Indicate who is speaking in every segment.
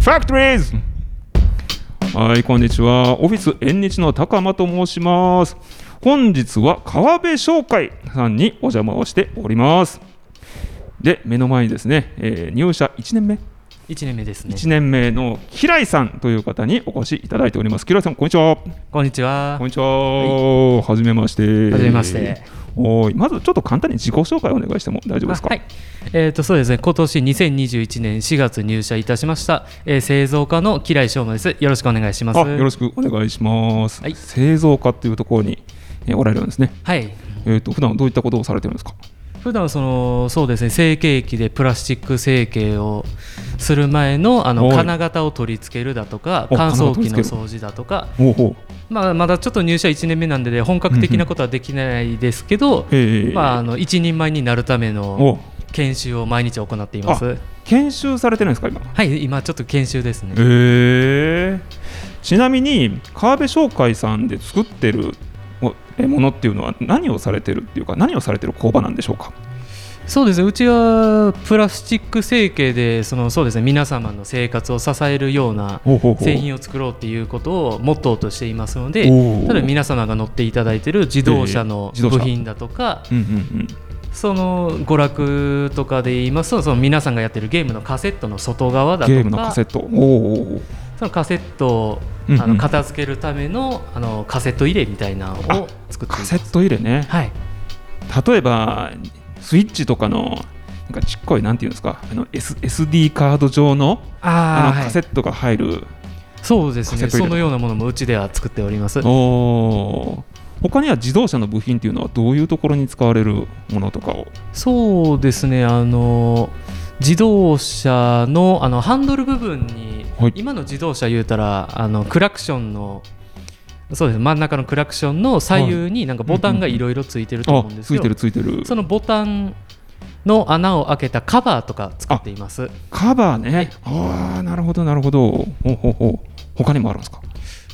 Speaker 1: Factories!
Speaker 2: はい、こんにちは。オフィス縁日の高間と申します。本日は川辺商会さんにお邪魔をしております。で、目の前にですね、えー入社1年目
Speaker 3: 一年目ですね。
Speaker 2: ?1 年目の平井さんという方にお越しいただいております。平井さん、こんにちは。
Speaker 3: こんにちは
Speaker 2: こん。にちは。はじめまして。
Speaker 3: はじめまして。
Speaker 2: おいまずちょっと簡単に自己紹介をお願いしても大丈夫ですか。
Speaker 3: あはい。えっ、とそうですね。今年2021年4月入社いたしました、えー製造家のキライショウマです。よろしくお願いします。
Speaker 2: あよろ
Speaker 3: しく。
Speaker 2: しくお願いします。
Speaker 3: はい
Speaker 2: 製造家っていうところに、えーおられるんですね。
Speaker 3: はい。
Speaker 2: えっ、と普段はどういったことをされてるんですか。
Speaker 3: 普段そのそうですね成形機でプラスチック成形をする前のあの
Speaker 2: はい
Speaker 3: 金型を取り付けるだとか
Speaker 2: お
Speaker 3: 乾燥
Speaker 2: 金型
Speaker 3: 機の
Speaker 2: 取り付ける
Speaker 3: 掃除だとか
Speaker 2: おうほう。
Speaker 3: まあまだちょっと入社1年目なんでね本格的なことはできないですけど
Speaker 2: ええ
Speaker 3: まああの一人前になるための
Speaker 2: お
Speaker 3: 研修を毎日行っています
Speaker 2: 研修されてるんですか今。
Speaker 3: はい今ちょっと研修ですね
Speaker 2: ええちなみに川辺商会さんで作ってるおえものっていうのは何をされてるっていうか何をされてる工場なんでしょうか。
Speaker 3: そうですねうちはプラスチック成形でそのそうですね皆様の生活を支えるような
Speaker 2: ほうほうほう
Speaker 3: 製品を作ろうっていうことをモットーとしていますので
Speaker 2: おー
Speaker 3: 例えば皆様が乗っていただいている自動車の
Speaker 2: ええ自動車
Speaker 3: 部品だとか、
Speaker 2: うんうん
Speaker 3: その娯楽とかで言いますとその皆さんがやってるゲームのカセットの外側
Speaker 2: うん。
Speaker 3: だとか
Speaker 2: ゲームのカセット。おうおうおう。
Speaker 3: そのカセットを
Speaker 2: うんうん
Speaker 3: あの片付けるためのあのカセット入れみたいなの
Speaker 2: あ
Speaker 3: を作ってい
Speaker 2: カ
Speaker 3: ま
Speaker 2: セ
Speaker 3: す。
Speaker 2: ット入れね。
Speaker 3: はい
Speaker 2: 例えばスイッチとかのなんかちっこいなんていうんですかあの、S、SD カード上のあ
Speaker 3: あー
Speaker 2: のカセットが入る、
Speaker 3: はい、そうです
Speaker 2: カセッ
Speaker 3: ね
Speaker 2: ト入れ
Speaker 3: そのようなものもうちでは作っております
Speaker 2: おー他には自動車の部品っていうのはどういうところに使われるものとかを
Speaker 3: そうですねあの自動車のあのハンドル部分に、
Speaker 2: はい
Speaker 3: 今の自動車言うたらあのクラクションのそうです真ん中のクラクションの左右になんかボタンがいろいろついてると
Speaker 2: あ
Speaker 3: 思うんです
Speaker 2: つ
Speaker 3: け
Speaker 2: い
Speaker 3: ど、
Speaker 2: てるついてる
Speaker 3: そのボタンの穴を開けたカバーとか作っています
Speaker 2: カバーねああなるほどなるほどほうほうほう他にもあるんですか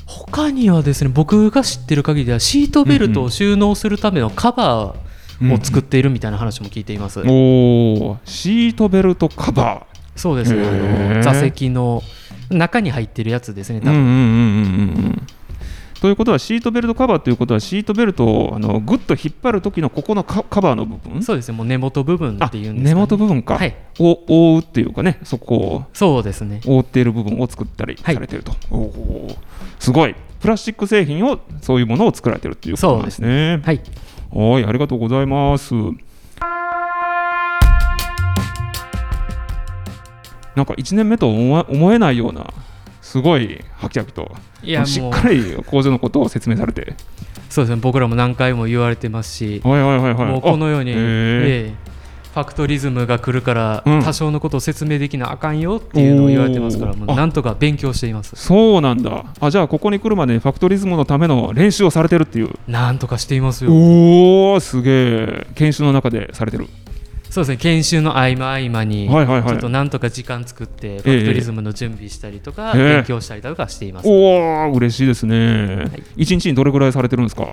Speaker 3: 他にはですね僕が知ってる限りではシートベルトを収納するためのカバーを作っているみたいな話も聞いています、
Speaker 2: おおシートベルトカバ
Speaker 3: そうですねあ
Speaker 2: へー
Speaker 3: の座席の中に入ってるやつですね
Speaker 2: ーう
Speaker 3: 多
Speaker 2: んうん
Speaker 3: 分
Speaker 2: うんうんうんうんということはシートベルトカバーということはシートベルトをあのグッと引っ張る時のここのカカバーの部分
Speaker 3: そうですね、もう根元部分っていうんですかね、
Speaker 2: 根元部分か、
Speaker 3: はい
Speaker 2: を覆うっていうかねそこを
Speaker 3: そうですね。
Speaker 2: 覆っている部分を作ったりさ
Speaker 3: はい
Speaker 2: れてると、おおすごいプラスチック製品をそういうものを作られてるっていうことなんですね
Speaker 3: はい。
Speaker 2: はいありがとうございますなんか1年目と思わ思えないようなすごいはきはきと
Speaker 3: いや
Speaker 2: し
Speaker 3: も
Speaker 2: っ
Speaker 3: う
Speaker 2: かり工場のことを説明されて
Speaker 3: そうですね、僕らも何回も言われてますし、
Speaker 2: はいはいはいはい
Speaker 3: もうこのように、
Speaker 2: あへえ
Speaker 3: ええファクトリズムが来るから、
Speaker 2: うん
Speaker 3: 多少のことを説明できなあかんよっていうのを言われてますから、
Speaker 2: おー
Speaker 3: もうなんとか勉強しています。
Speaker 2: そうなんだあじゃあここに来るまでファクトリズムのための練習をされてるっていう
Speaker 3: なんとかしていますよ。
Speaker 2: おおすげえ研修の中でされてる
Speaker 3: そうですね、研修の合間合間に、
Speaker 2: はいはいはい
Speaker 3: ちょっとなんとか時間作って、ファクトリズムの準備したりとか、
Speaker 2: ええ
Speaker 3: 勉強したりとかしています。
Speaker 2: おお嬉しいですね、一日にどれぐらいされてるんですか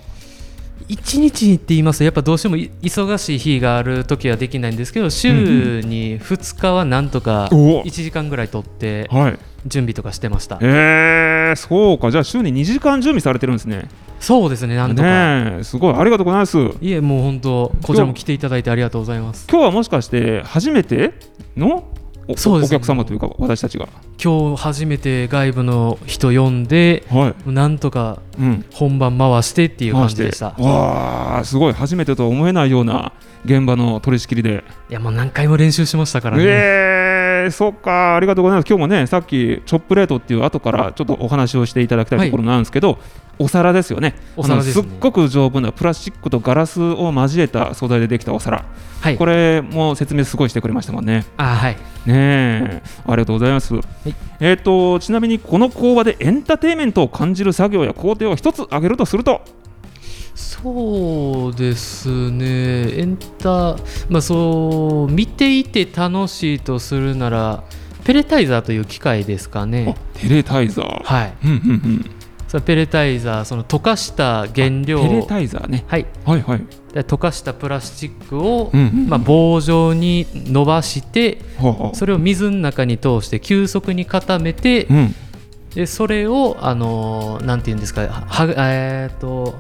Speaker 3: 1日って言いますとやっぱどうしてもい忙しい日がある時はできないんですけど週に2日はなんとか
Speaker 2: おお
Speaker 3: 1時間ぐらい取って
Speaker 2: はい
Speaker 3: 準備とかしてました
Speaker 2: えー、そうかじゃあ週に2時間準備されてるんですね
Speaker 3: そうですねなんとか
Speaker 2: ねえすごいありがとうございます今
Speaker 3: いえもう本当こちらも来ていただいてありがとうございます
Speaker 2: 日はもしかして初めてのお
Speaker 3: そうです
Speaker 2: お客様というか私たちが
Speaker 3: 今日初めて外部の人呼んで
Speaker 2: はい
Speaker 3: なんとか
Speaker 2: うん
Speaker 3: 本番回してっていう感じでした
Speaker 2: 回してわあすごい初めてとは思えないような現場の取り仕切りで
Speaker 3: いやもう何回も練習しましたからね
Speaker 2: ええそっか、ありがとうございます。今日もね、さっき、チョップレートっていう後からちょっとお話をしていただきたい
Speaker 3: はい
Speaker 2: ところなんですけど、お皿ですよね。
Speaker 3: お皿ですね
Speaker 2: あのっごく丈夫なプラスチックとガラスを交えた素材でできたお皿。
Speaker 3: はい
Speaker 2: これも説明すごいしてくれましたもんね。
Speaker 3: あはい
Speaker 2: ねえ、ありがとうございます。えっ、と、ちなみにこの工場でエンターテインメントを感じる作業や工程を一つ挙げるとすると、
Speaker 3: そうですね、エンタ、まあ、そう見ていて楽しいとするなら、ペレタイザーという機械ですか
Speaker 2: あ
Speaker 3: ね、
Speaker 2: テレタイザー。
Speaker 3: はい、
Speaker 2: うんうんうん。
Speaker 3: そのペレタイザーその溶かした原料
Speaker 2: ペレタイザーね
Speaker 3: はい、
Speaker 2: はいはい
Speaker 3: で溶かしたプラスチックを、
Speaker 2: うんうん
Speaker 3: まあ、棒状に伸ばして
Speaker 2: はあはあ
Speaker 3: それを水の中に通して急速に固めて、
Speaker 2: うん
Speaker 3: でそれをあのーなんて言うんですかはえー、と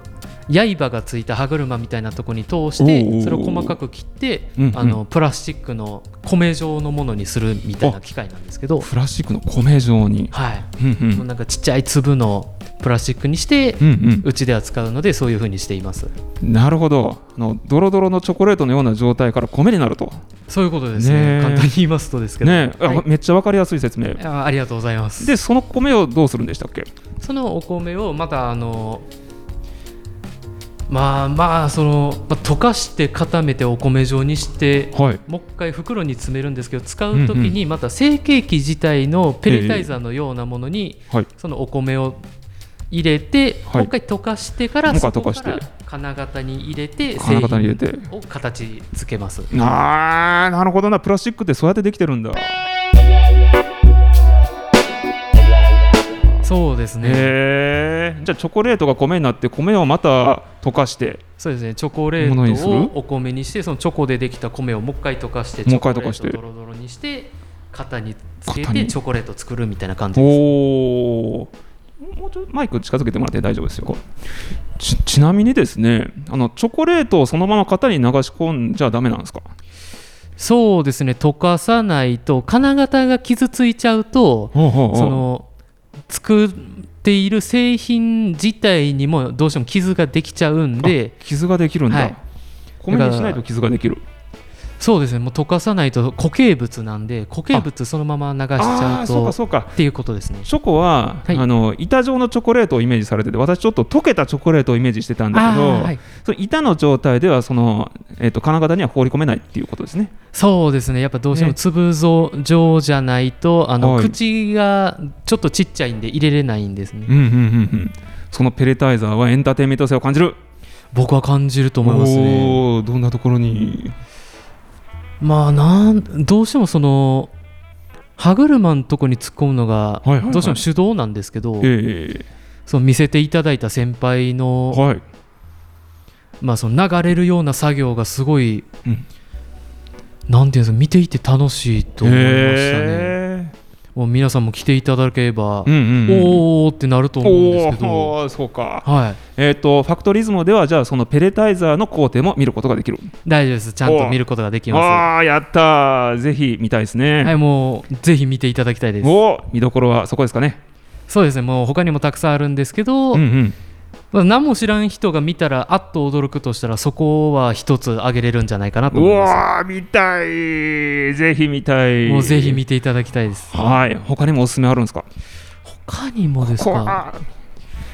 Speaker 3: 刃がついた歯車みたいなとこに通し
Speaker 2: おうおうおう
Speaker 3: てそれを細かく切って、
Speaker 2: うんうん
Speaker 3: あのプラスチックの米状のものにするみたいな機械なんですけど、
Speaker 2: プラスチックの米状に
Speaker 3: はい、
Speaker 2: うんう
Speaker 3: もうんなんかちっちゃい粒のプラスチックにして、
Speaker 2: う
Speaker 3: うんちでは使うのでそういうふうにしています
Speaker 2: うんなるほどあのドロドロのチョコレートのような状態から米になると
Speaker 3: そういうことですね
Speaker 2: ねえ
Speaker 3: 簡単に言いますとですけど、
Speaker 2: ねえ、あ
Speaker 3: はい
Speaker 2: めっちゃわかりやすい説明
Speaker 3: あありがとうございます
Speaker 2: でその米をどうするんでしたっけ
Speaker 3: そのお米をまたあのまあまあその、まあ溶かして固めてお米状にして
Speaker 2: はい
Speaker 3: もう一回袋に詰めるんですけど使う時にまた成形機自体のペレタイザーのようなものに
Speaker 2: はい
Speaker 3: そのお米を入れて
Speaker 2: はい
Speaker 3: もう一回溶かしてから
Speaker 2: もう一
Speaker 3: そ
Speaker 2: 回溶
Speaker 3: こ
Speaker 2: かして
Speaker 3: から金型に入れて
Speaker 2: 金型に入れて
Speaker 3: 製品を形付けます
Speaker 2: あーなるほどなプラスチックってそうやってできてるんだへ
Speaker 3: そうですね
Speaker 2: えじゃあチョコレートが米になって米をまた溶かして
Speaker 3: そうですねチョコレ
Speaker 2: ものに
Speaker 3: ー
Speaker 2: す
Speaker 3: ト
Speaker 2: る
Speaker 3: をお米にしてそのチョコでできた米をもう一回溶かして
Speaker 2: もう一回溶かして
Speaker 3: チョコレートドロドロにして型につけ
Speaker 2: 型に
Speaker 3: てチョコレート作るみたいな感じです
Speaker 2: おおもうちょっとマイク近づけてもらって大丈夫ですよちちなみにですねあのチョコレートをそのまま型に流し込んじゃダメなんですか
Speaker 3: そうですね溶かさないと金型が傷ついちゃうと
Speaker 2: ほうほうほう
Speaker 3: その作っている製品自体にもどうしても傷ができちゃうんで
Speaker 2: 傷ができるんだ、
Speaker 3: はい
Speaker 2: 米にしないと傷ができる
Speaker 3: そうですねもう溶かさないと固形物なんで固形物そのまま流しち
Speaker 2: ああ
Speaker 3: ゃ
Speaker 2: ー
Speaker 3: う
Speaker 2: そう
Speaker 3: と
Speaker 2: か
Speaker 3: っ
Speaker 2: そうか
Speaker 3: ていうことですね
Speaker 2: チョコは、
Speaker 3: はい
Speaker 2: あの板状のチョコレートをイメージされてて私ちょっと溶けたチョコレートをイメージしてたんだけ
Speaker 3: あ
Speaker 2: ど、
Speaker 3: ーはい
Speaker 2: その板の状態ではその、えっと金型には放り込めないっていうことですね
Speaker 3: そうですねやっぱどうして
Speaker 2: ね
Speaker 3: も粒ぞ状じゃないとあの、
Speaker 2: はい
Speaker 3: 口がちょっとちっちゃいんで入れれないんですね、
Speaker 2: うんうんうんうんそのペレタイザーはエンターテインメント性を感じる
Speaker 3: 僕は感じると思いますね
Speaker 2: おーどんなところに
Speaker 3: まあなんどうしてもその歯車のとこに突っ込むのが、
Speaker 2: いはいはい
Speaker 3: どうしても手動なんですけど、
Speaker 2: え
Speaker 3: その見せていただいた先輩
Speaker 2: え
Speaker 3: の,、
Speaker 2: はい
Speaker 3: まあその流れるような作業がすごい、
Speaker 2: うん
Speaker 3: なんていうんですか見ていて楽しいと思いましたね、
Speaker 2: へ
Speaker 3: もう皆さんも来ていただけば、
Speaker 2: ーうんうんうん
Speaker 3: おーってなると思うんですけど
Speaker 2: おーそうか
Speaker 3: はい
Speaker 2: えっ、とファクトリズムではじゃあそのペレタイザーの工程も見ることができる
Speaker 3: 大丈夫です。ちゃんと見ることができま
Speaker 2: ああやったーぜひ見たいですね、
Speaker 3: す。はい、もうぜひ見ていただきたいです。
Speaker 2: おー見どころはそこですかね
Speaker 3: そうですね、もう他にもたくさんあるんですけど、
Speaker 2: うんうん
Speaker 3: まあ何も知らん人が見たら、あっと驚くとしたら、そこは一つ挙げれるんじゃないかなと
Speaker 2: う
Speaker 3: 思いま
Speaker 2: わー見たいぜひ見た
Speaker 3: す。
Speaker 2: い
Speaker 3: もうぜひ見ていただきたいです。
Speaker 2: はい他にもおすすめあるんですか
Speaker 3: 他にもですか、ま
Speaker 2: あ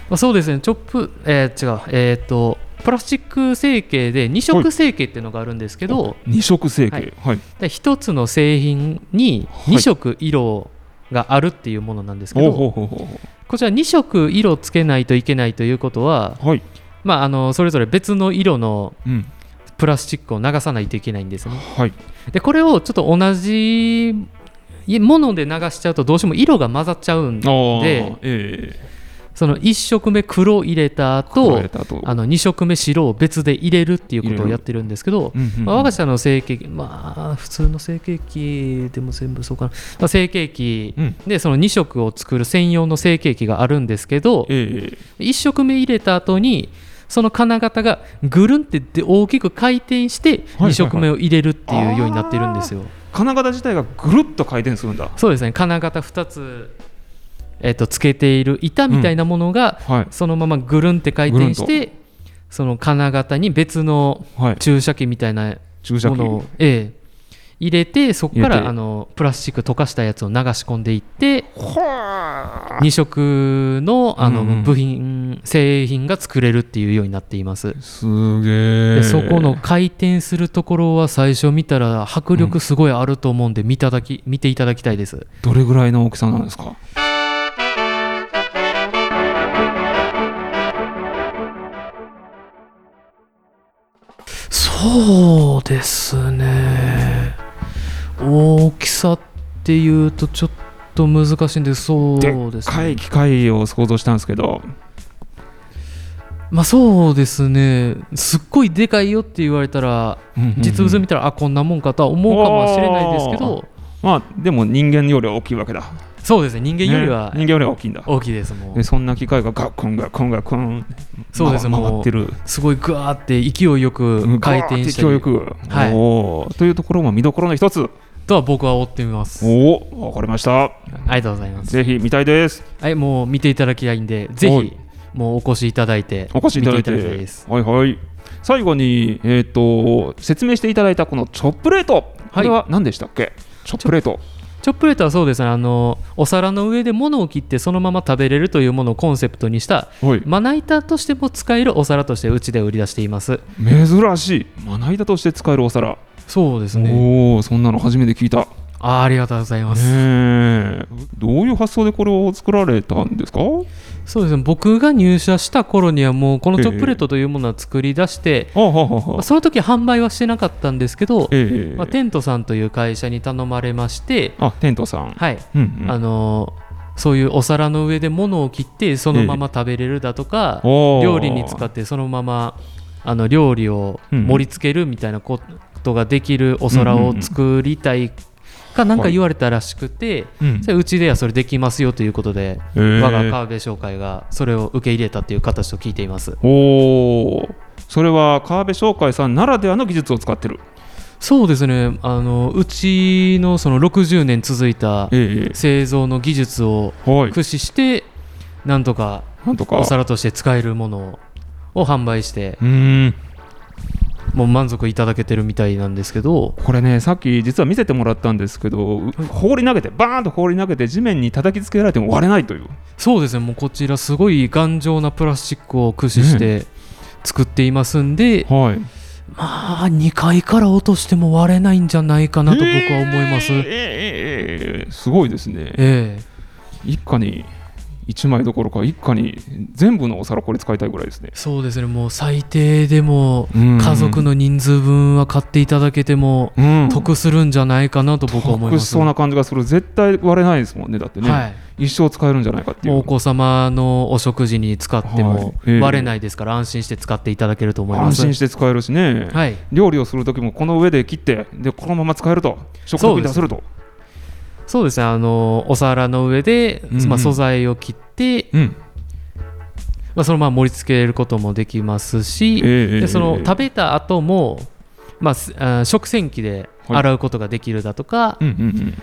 Speaker 3: あ、そうですね、チョップ、えー違う、えっ、と、プラスチック成形で二色成形っていうのがあるんですけど、
Speaker 2: 二色成
Speaker 3: は
Speaker 2: 形
Speaker 3: い
Speaker 2: はい
Speaker 3: で一つの製品に二色色があるっていうものなんですけ
Speaker 2: ほう
Speaker 3: ど、
Speaker 2: ほうほうほう
Speaker 3: こちら2色色つけないといけないということは、
Speaker 2: はい
Speaker 3: まあ、あのそれぞれ別の色の
Speaker 2: うん
Speaker 3: プラスチックを流さないといけないんですね。
Speaker 2: はい
Speaker 3: でこれをちょっと同じもので流しちゃうとどうしても色が混ざっちゃうん
Speaker 2: あ
Speaker 3: で
Speaker 2: ーええ
Speaker 3: その1色目黒入れた
Speaker 2: 加
Speaker 3: 後
Speaker 2: えたと
Speaker 3: あの2色目白を別で入れるっていうことをやってるんですけど、
Speaker 2: うんうんうん
Speaker 3: まあ、我が社の成形機まあ普通の成形機でも全部そうかな、まあ、成形機
Speaker 2: うん
Speaker 3: でその2色を作る専用の成形機があるんですけど、
Speaker 2: ええ
Speaker 3: 1色目入れた後にその金型がぐるんってで大きく回転して
Speaker 2: はい
Speaker 3: 2色目を入れるっていうようになってるんですよ。
Speaker 2: 金型自体がぐるっと回転するんだ
Speaker 3: そうですね金型2つ、えっとつけている板みたいなものが、
Speaker 2: はい
Speaker 3: そのままぐるんって回転し
Speaker 2: ぐる
Speaker 3: てその金型に別の
Speaker 2: はい
Speaker 3: 注射器みたいな
Speaker 2: 注射器
Speaker 3: ものを、ええ入れてそこか
Speaker 2: 入れて
Speaker 3: らあのプラスチック溶かしたやつを流し込んでいって
Speaker 2: はあ
Speaker 3: 2色のあ
Speaker 2: う
Speaker 3: の
Speaker 2: んうん
Speaker 3: 部品製品が作れるっていうようになっています。
Speaker 2: すげえ
Speaker 3: でそこの回転するところは最初見たら迫力すごいあると思うんで見ただき、見ていただきたいです
Speaker 2: どれぐらいの大きさなんですか
Speaker 3: そうですね大きさっていうとちょっと難しいんでそう
Speaker 2: でっかい機械を想像したんですけど
Speaker 3: まあそうですねすっごいでかいよって言われたら実物見たら、あこんなもんかとは思うかもしれないですけど
Speaker 2: まあでも人間よりは大きいわけだ
Speaker 3: そうですね人間よりは
Speaker 2: ね人間よりは大きいんだ
Speaker 3: 大きいですもん
Speaker 2: でそんな機械がガッコンガッコンガッコン
Speaker 3: そうです
Speaker 2: 回
Speaker 3: も
Speaker 2: 回
Speaker 3: う
Speaker 2: ってる
Speaker 3: すごいグワーって勢いよく回転して
Speaker 2: 強力、
Speaker 3: はい
Speaker 2: おーというところも見どころの一つ
Speaker 3: とは僕は追ってみます
Speaker 2: おおわかりました
Speaker 3: ありがとうございます
Speaker 2: ぜひ見たいです
Speaker 3: はいもう見ていただきたいんでぜ
Speaker 2: は
Speaker 3: ひ
Speaker 2: い
Speaker 3: もうお越しいただいて
Speaker 2: お越しいただいて
Speaker 3: 見ていただきたいです
Speaker 2: はいはい最後に、えー、と説明していただいたこのチョップレートこれは何でしたっけ、チョップレート
Speaker 3: チョップレートはそうですねあのお皿の上で物を切ってそのまま食べれるというものをコンセプトにした
Speaker 2: はい
Speaker 3: まな板としても使えるお皿としてうちで売り出しています
Speaker 2: 珍しいまな板として使えるお皿、
Speaker 3: そうですね
Speaker 2: おおそんなの初めて聞いた、ね
Speaker 3: あーありがとうございます、
Speaker 2: え、どういう発想でこれを作られたんですか
Speaker 3: そうですね僕が入社した頃にはもうこのチョップレートというものは作り出して、
Speaker 2: あははは
Speaker 3: まあ、その時販売はしてなかったんですけど、
Speaker 2: ええ
Speaker 3: まあ、テントさんという会社に頼まれまして、
Speaker 2: あテントさん、
Speaker 3: はい
Speaker 2: うんうん
Speaker 3: あのーそういうお皿の上で物を切ってそのまま食べれるだとか、
Speaker 2: おー
Speaker 3: 料理に使ってそのままあの料理を盛り付けるみたいなことができるお皿を作りたいかなんか言われたらしくて、
Speaker 2: うん
Speaker 3: それうちではそれできますよということで、
Speaker 2: へー
Speaker 3: 我が川辺商会がそれを受け入れたという形と聞いています
Speaker 2: おおそれは川辺商会さんならではの技術を使ってる
Speaker 3: そうですねあのうちのその60年続いた
Speaker 2: え
Speaker 3: 製造の技術を
Speaker 2: えはい
Speaker 3: 駆使してなんとか
Speaker 2: なんとか
Speaker 3: お皿として使えるものを販売して
Speaker 2: うーん
Speaker 3: もう満足いただけてるみたいなんですけど
Speaker 2: これねさっき実は見せてもらったんですけど、う放り投げてバーンと放り投げて地面に叩きつけられても割れないという
Speaker 3: そうですねもうこちらすごい頑丈なプラスチックを駆使して作っていますんで、
Speaker 2: はい
Speaker 3: まあ2階から落としても割れないんじゃないかなと僕は思います、
Speaker 2: えーえ
Speaker 3: え
Speaker 2: ーえーえーすごいですね
Speaker 3: え
Speaker 2: 一家に1枚どころか一家に全部のお皿これ使いたいぐらいですね
Speaker 3: そうですねもう最低でも
Speaker 2: うん
Speaker 3: 家族の人数分は買っていただけても
Speaker 2: うん
Speaker 3: 得するんじゃないかなと僕は思い
Speaker 2: 得
Speaker 3: ま
Speaker 2: し
Speaker 3: す、
Speaker 2: そうな感じがする絶対割れないですもんねだってね、
Speaker 3: はい
Speaker 2: 一生使えるんじゃないかってい
Speaker 3: もうお
Speaker 2: う
Speaker 3: 子様のお食事に使って
Speaker 2: はい
Speaker 3: も
Speaker 2: ええ
Speaker 3: 割れないですから安心して使っていただけると思いま
Speaker 2: 安
Speaker 3: す。
Speaker 2: 心して使えるしね、
Speaker 3: はい、
Speaker 2: 料理をする時もこの上で切ってでこのまま使えると食卓に出せると
Speaker 3: そうですねあのお皿の上で、
Speaker 2: うんうん
Speaker 3: まあ、素材を切って、
Speaker 2: うん
Speaker 3: まあ、そのまま盛り付けることもできますし、
Speaker 2: ええ
Speaker 3: でその
Speaker 2: ええ
Speaker 3: 食べた後も、まあすあー食洗機で洗うことができるだとか、
Speaker 2: うんうん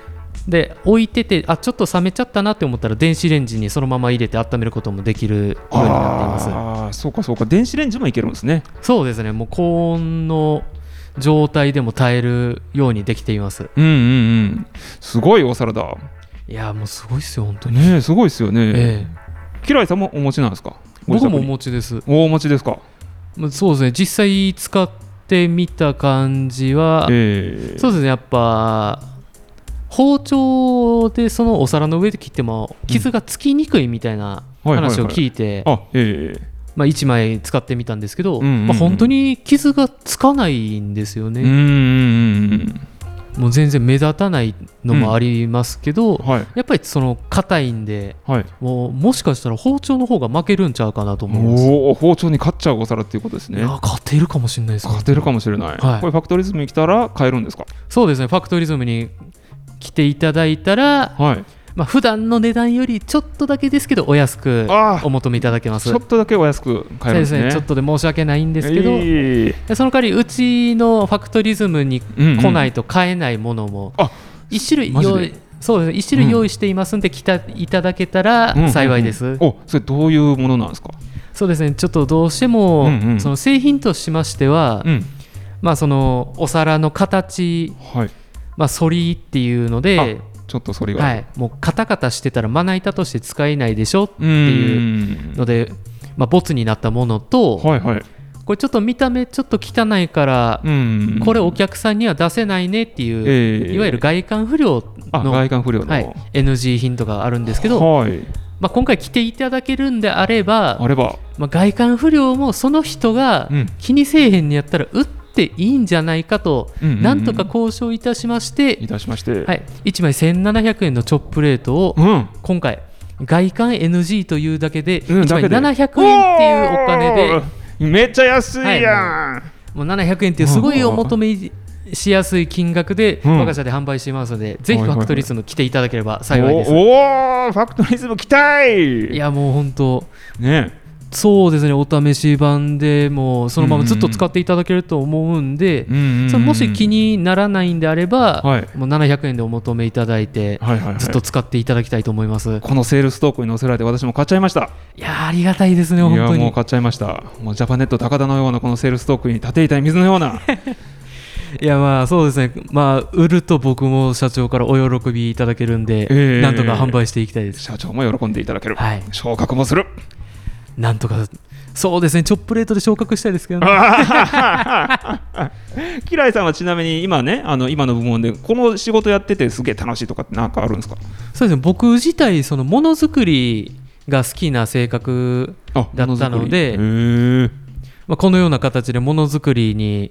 Speaker 3: で置いててあちょっと冷めちゃったなって思ったら電子レンジにそのまま入れて温めることもできるように
Speaker 2: うん
Speaker 3: なっていま
Speaker 2: ああそうかそうか電子レンジもいけるんですね
Speaker 3: すそうですねもう高温の状態でも耐えるようにできています
Speaker 2: うんうんうんすごいお皿だ
Speaker 3: いやーもうすごいっすよ本当に、
Speaker 2: ねえすごいですよね、
Speaker 3: ええ
Speaker 2: キライさんもお持ちなんですか
Speaker 3: 僕も
Speaker 2: ご自宅
Speaker 3: お
Speaker 2: に
Speaker 3: 持ちです
Speaker 2: おお持ちですか
Speaker 3: まあそうですね実際使ってみた感じは、
Speaker 2: ええ
Speaker 3: そうですねやっぱ包丁でそのお皿の上で切っても傷がつきにくいみたいな
Speaker 2: はいはいはい
Speaker 3: 話を聞いて
Speaker 2: あええ
Speaker 3: まあ1枚使ってみたんですけど、
Speaker 2: うんうんうん
Speaker 3: まあ、本当に傷がつかないんですよ
Speaker 2: うんう
Speaker 3: ね、
Speaker 2: んうん
Speaker 3: もう全然目立たないのもありますけど、
Speaker 2: うんはい
Speaker 3: やっぱりその硬いんで
Speaker 2: はい
Speaker 3: もうもしかしたら包丁の方が負けるんちゃうかなと思います
Speaker 2: おお包丁に勝っちゃうお皿っていうことです
Speaker 3: い
Speaker 2: ね
Speaker 3: や勝てるかもしれないですね
Speaker 2: 勝てるかもしれない、
Speaker 3: はい
Speaker 2: これファクトリズムに来たら買えるんですか
Speaker 3: そうですねファクトリズムに来ていただいたら、
Speaker 2: はい
Speaker 3: まあ普段の値段よりちょっとだけですけどお安く
Speaker 2: あー
Speaker 3: お求めいただけます
Speaker 2: ちょっとだけお安く買えるんです
Speaker 3: そう
Speaker 2: ね
Speaker 3: ちょっとで申し訳ないんですけど、
Speaker 2: いい
Speaker 3: その代わりうちのファクトリズムに
Speaker 2: うんうん
Speaker 3: 来ないと買えないものも
Speaker 2: あ
Speaker 3: 一種類
Speaker 2: マジで
Speaker 3: 用意そうですね一種類用意していますんで来たいただけた
Speaker 2: うんうんう
Speaker 3: ら
Speaker 2: ん
Speaker 3: 幸いです、
Speaker 2: おそれどういうものなんですか
Speaker 3: そうですねちょっとどうしても、
Speaker 2: うんうん
Speaker 3: その製品としましては、
Speaker 2: うん
Speaker 3: まあそのお皿の形
Speaker 2: はい
Speaker 3: まあ反りっていうので
Speaker 2: ちょっとそれが
Speaker 3: は
Speaker 2: っ
Speaker 3: い、もうカタカタしてたらまな板として使えないでしょって
Speaker 2: て
Speaker 3: いう
Speaker 2: いう
Speaker 3: ので、まあ、ボツになったものと、
Speaker 2: はいはい
Speaker 3: これちょっと見た目ちょっと汚いから、
Speaker 2: うん
Speaker 3: これお客さんには出せないねっていう、
Speaker 2: ええ
Speaker 3: いわゆる外観不良
Speaker 2: あ
Speaker 3: の、
Speaker 2: 外観不良の、
Speaker 3: はい、NG 品とかあるんですけど、
Speaker 2: はい
Speaker 3: まあ、今回来ていただけるんであれば
Speaker 2: あれば
Speaker 3: まあ、外観不良もその人が
Speaker 2: うん
Speaker 3: 気にせえへんにやったら打っていいんじゃないかと、
Speaker 2: うんうんうん
Speaker 3: なんとか交渉いたしまして
Speaker 2: い、たしまして、
Speaker 3: はいい、1枚1700円のチョップレートを
Speaker 2: うん
Speaker 3: 今回外観 NG 1というだけで、
Speaker 2: うん
Speaker 3: 一枚
Speaker 2: だけで
Speaker 3: 700円っていうお金
Speaker 2: で
Speaker 3: で、
Speaker 2: めっちゃ安いやん、
Speaker 3: もう700円っていうすごいお求めしやすい金額で、
Speaker 2: うん
Speaker 3: 我が社で販売していますので、ぜひ
Speaker 2: は
Speaker 3: フ
Speaker 2: いはいはい
Speaker 3: ァクトリズム来ていただければ幸いです。
Speaker 2: おおーファクトリズム期
Speaker 3: い
Speaker 2: 待
Speaker 3: やもう本当
Speaker 2: ね
Speaker 3: そうですねお試し版でもうそのままずっと使っていただけると思うんで、
Speaker 2: うんうんうん
Speaker 3: それもし気にならないんであれば、
Speaker 2: はい
Speaker 3: もう700円でお求めいただいて、
Speaker 2: はいはいはい
Speaker 3: ずっと使っていただきたいと思います。
Speaker 2: このセールストークに載せられて私も買っちゃいました
Speaker 3: いやーありがたいですね
Speaker 2: い
Speaker 3: 本
Speaker 2: やも
Speaker 3: 当
Speaker 2: う
Speaker 3: に。
Speaker 2: 買っちゃいましたもうジャパネット高田のようなこのセールストークに縦板に水のような
Speaker 3: いやまあそうですねまあ売ると僕も社長からお喜びいただけるんで、
Speaker 2: ええ
Speaker 3: なんとか販売していきたいです。
Speaker 2: 社長も喜んでいただける、
Speaker 3: はい
Speaker 2: 昇格もす る
Speaker 3: なんとかそうですねチョップレートで昇格したいですけどね。
Speaker 2: キライさんはちなみに今ねあの今の部門でこの仕事やっててすげえ楽しいとかってなんかあるんですか
Speaker 3: そうですね僕自体そのものづくりが好きな性格
Speaker 2: あ
Speaker 3: だったので
Speaker 2: もづく
Speaker 3: まあ、このような形でものづくりに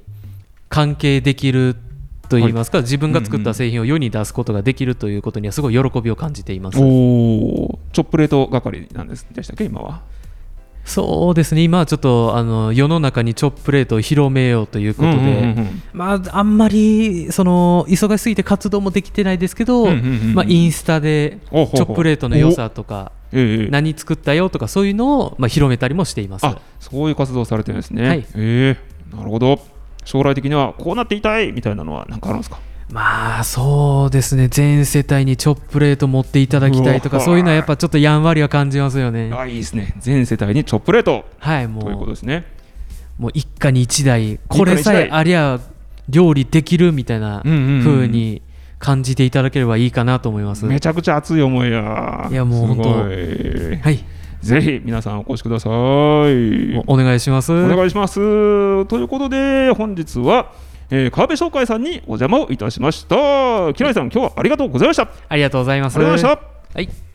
Speaker 3: 関係できるといいますか、自分が作った製品を世に出すことができるということにはすごい喜びを感じています、
Speaker 2: りへえおおチョップレート係なんですでしたっけ今は
Speaker 3: そうですね今はちょっとあの世の中にチョップレートを広めようということで、
Speaker 2: うんうんうんうん
Speaker 3: まあ、あんまりその忙しすぎて活動もできてないですけど、
Speaker 2: うんうんうんうん
Speaker 3: まあ、インスタでチ
Speaker 2: お
Speaker 3: ョ
Speaker 2: ほほ
Speaker 3: ップレートの良さとか
Speaker 2: ええ
Speaker 3: 何作ったよとかそういうのをまあ広めたりもしています
Speaker 2: あそういう活動をされてるんですね、
Speaker 3: はい
Speaker 2: ええなるほど将来的にはこうなっていたいみたいなのはなんかあるんですか
Speaker 3: まあそうですね全世帯にチョップレート持っていただきたいと
Speaker 2: う
Speaker 3: か
Speaker 2: わ
Speaker 3: そういうのはやっぱちょっとやんわりは感じますよね
Speaker 2: あいいですね全世帯にチョップレート
Speaker 3: は
Speaker 2: と
Speaker 3: い
Speaker 2: いうこ
Speaker 3: も
Speaker 2: とですね
Speaker 3: うもう一家に一台これさ
Speaker 2: 一家に
Speaker 3: え
Speaker 2: 一台
Speaker 3: ありゃ料理できるみたいな
Speaker 2: うんうんうん
Speaker 3: 風に感じていただければいいかなと思います
Speaker 2: めちゃくちゃ熱い思いや
Speaker 3: いやもう
Speaker 2: すごい
Speaker 3: 本はい
Speaker 2: ぜひ皆さんお越しください
Speaker 3: もうお願いします
Speaker 2: お願いします。ということで本日は、えー、川辺商会さんにお邪魔をいたしました。キライさん今日はありがとうございました。あり
Speaker 3: ありがとうございます
Speaker 2: がとうございました。
Speaker 3: はい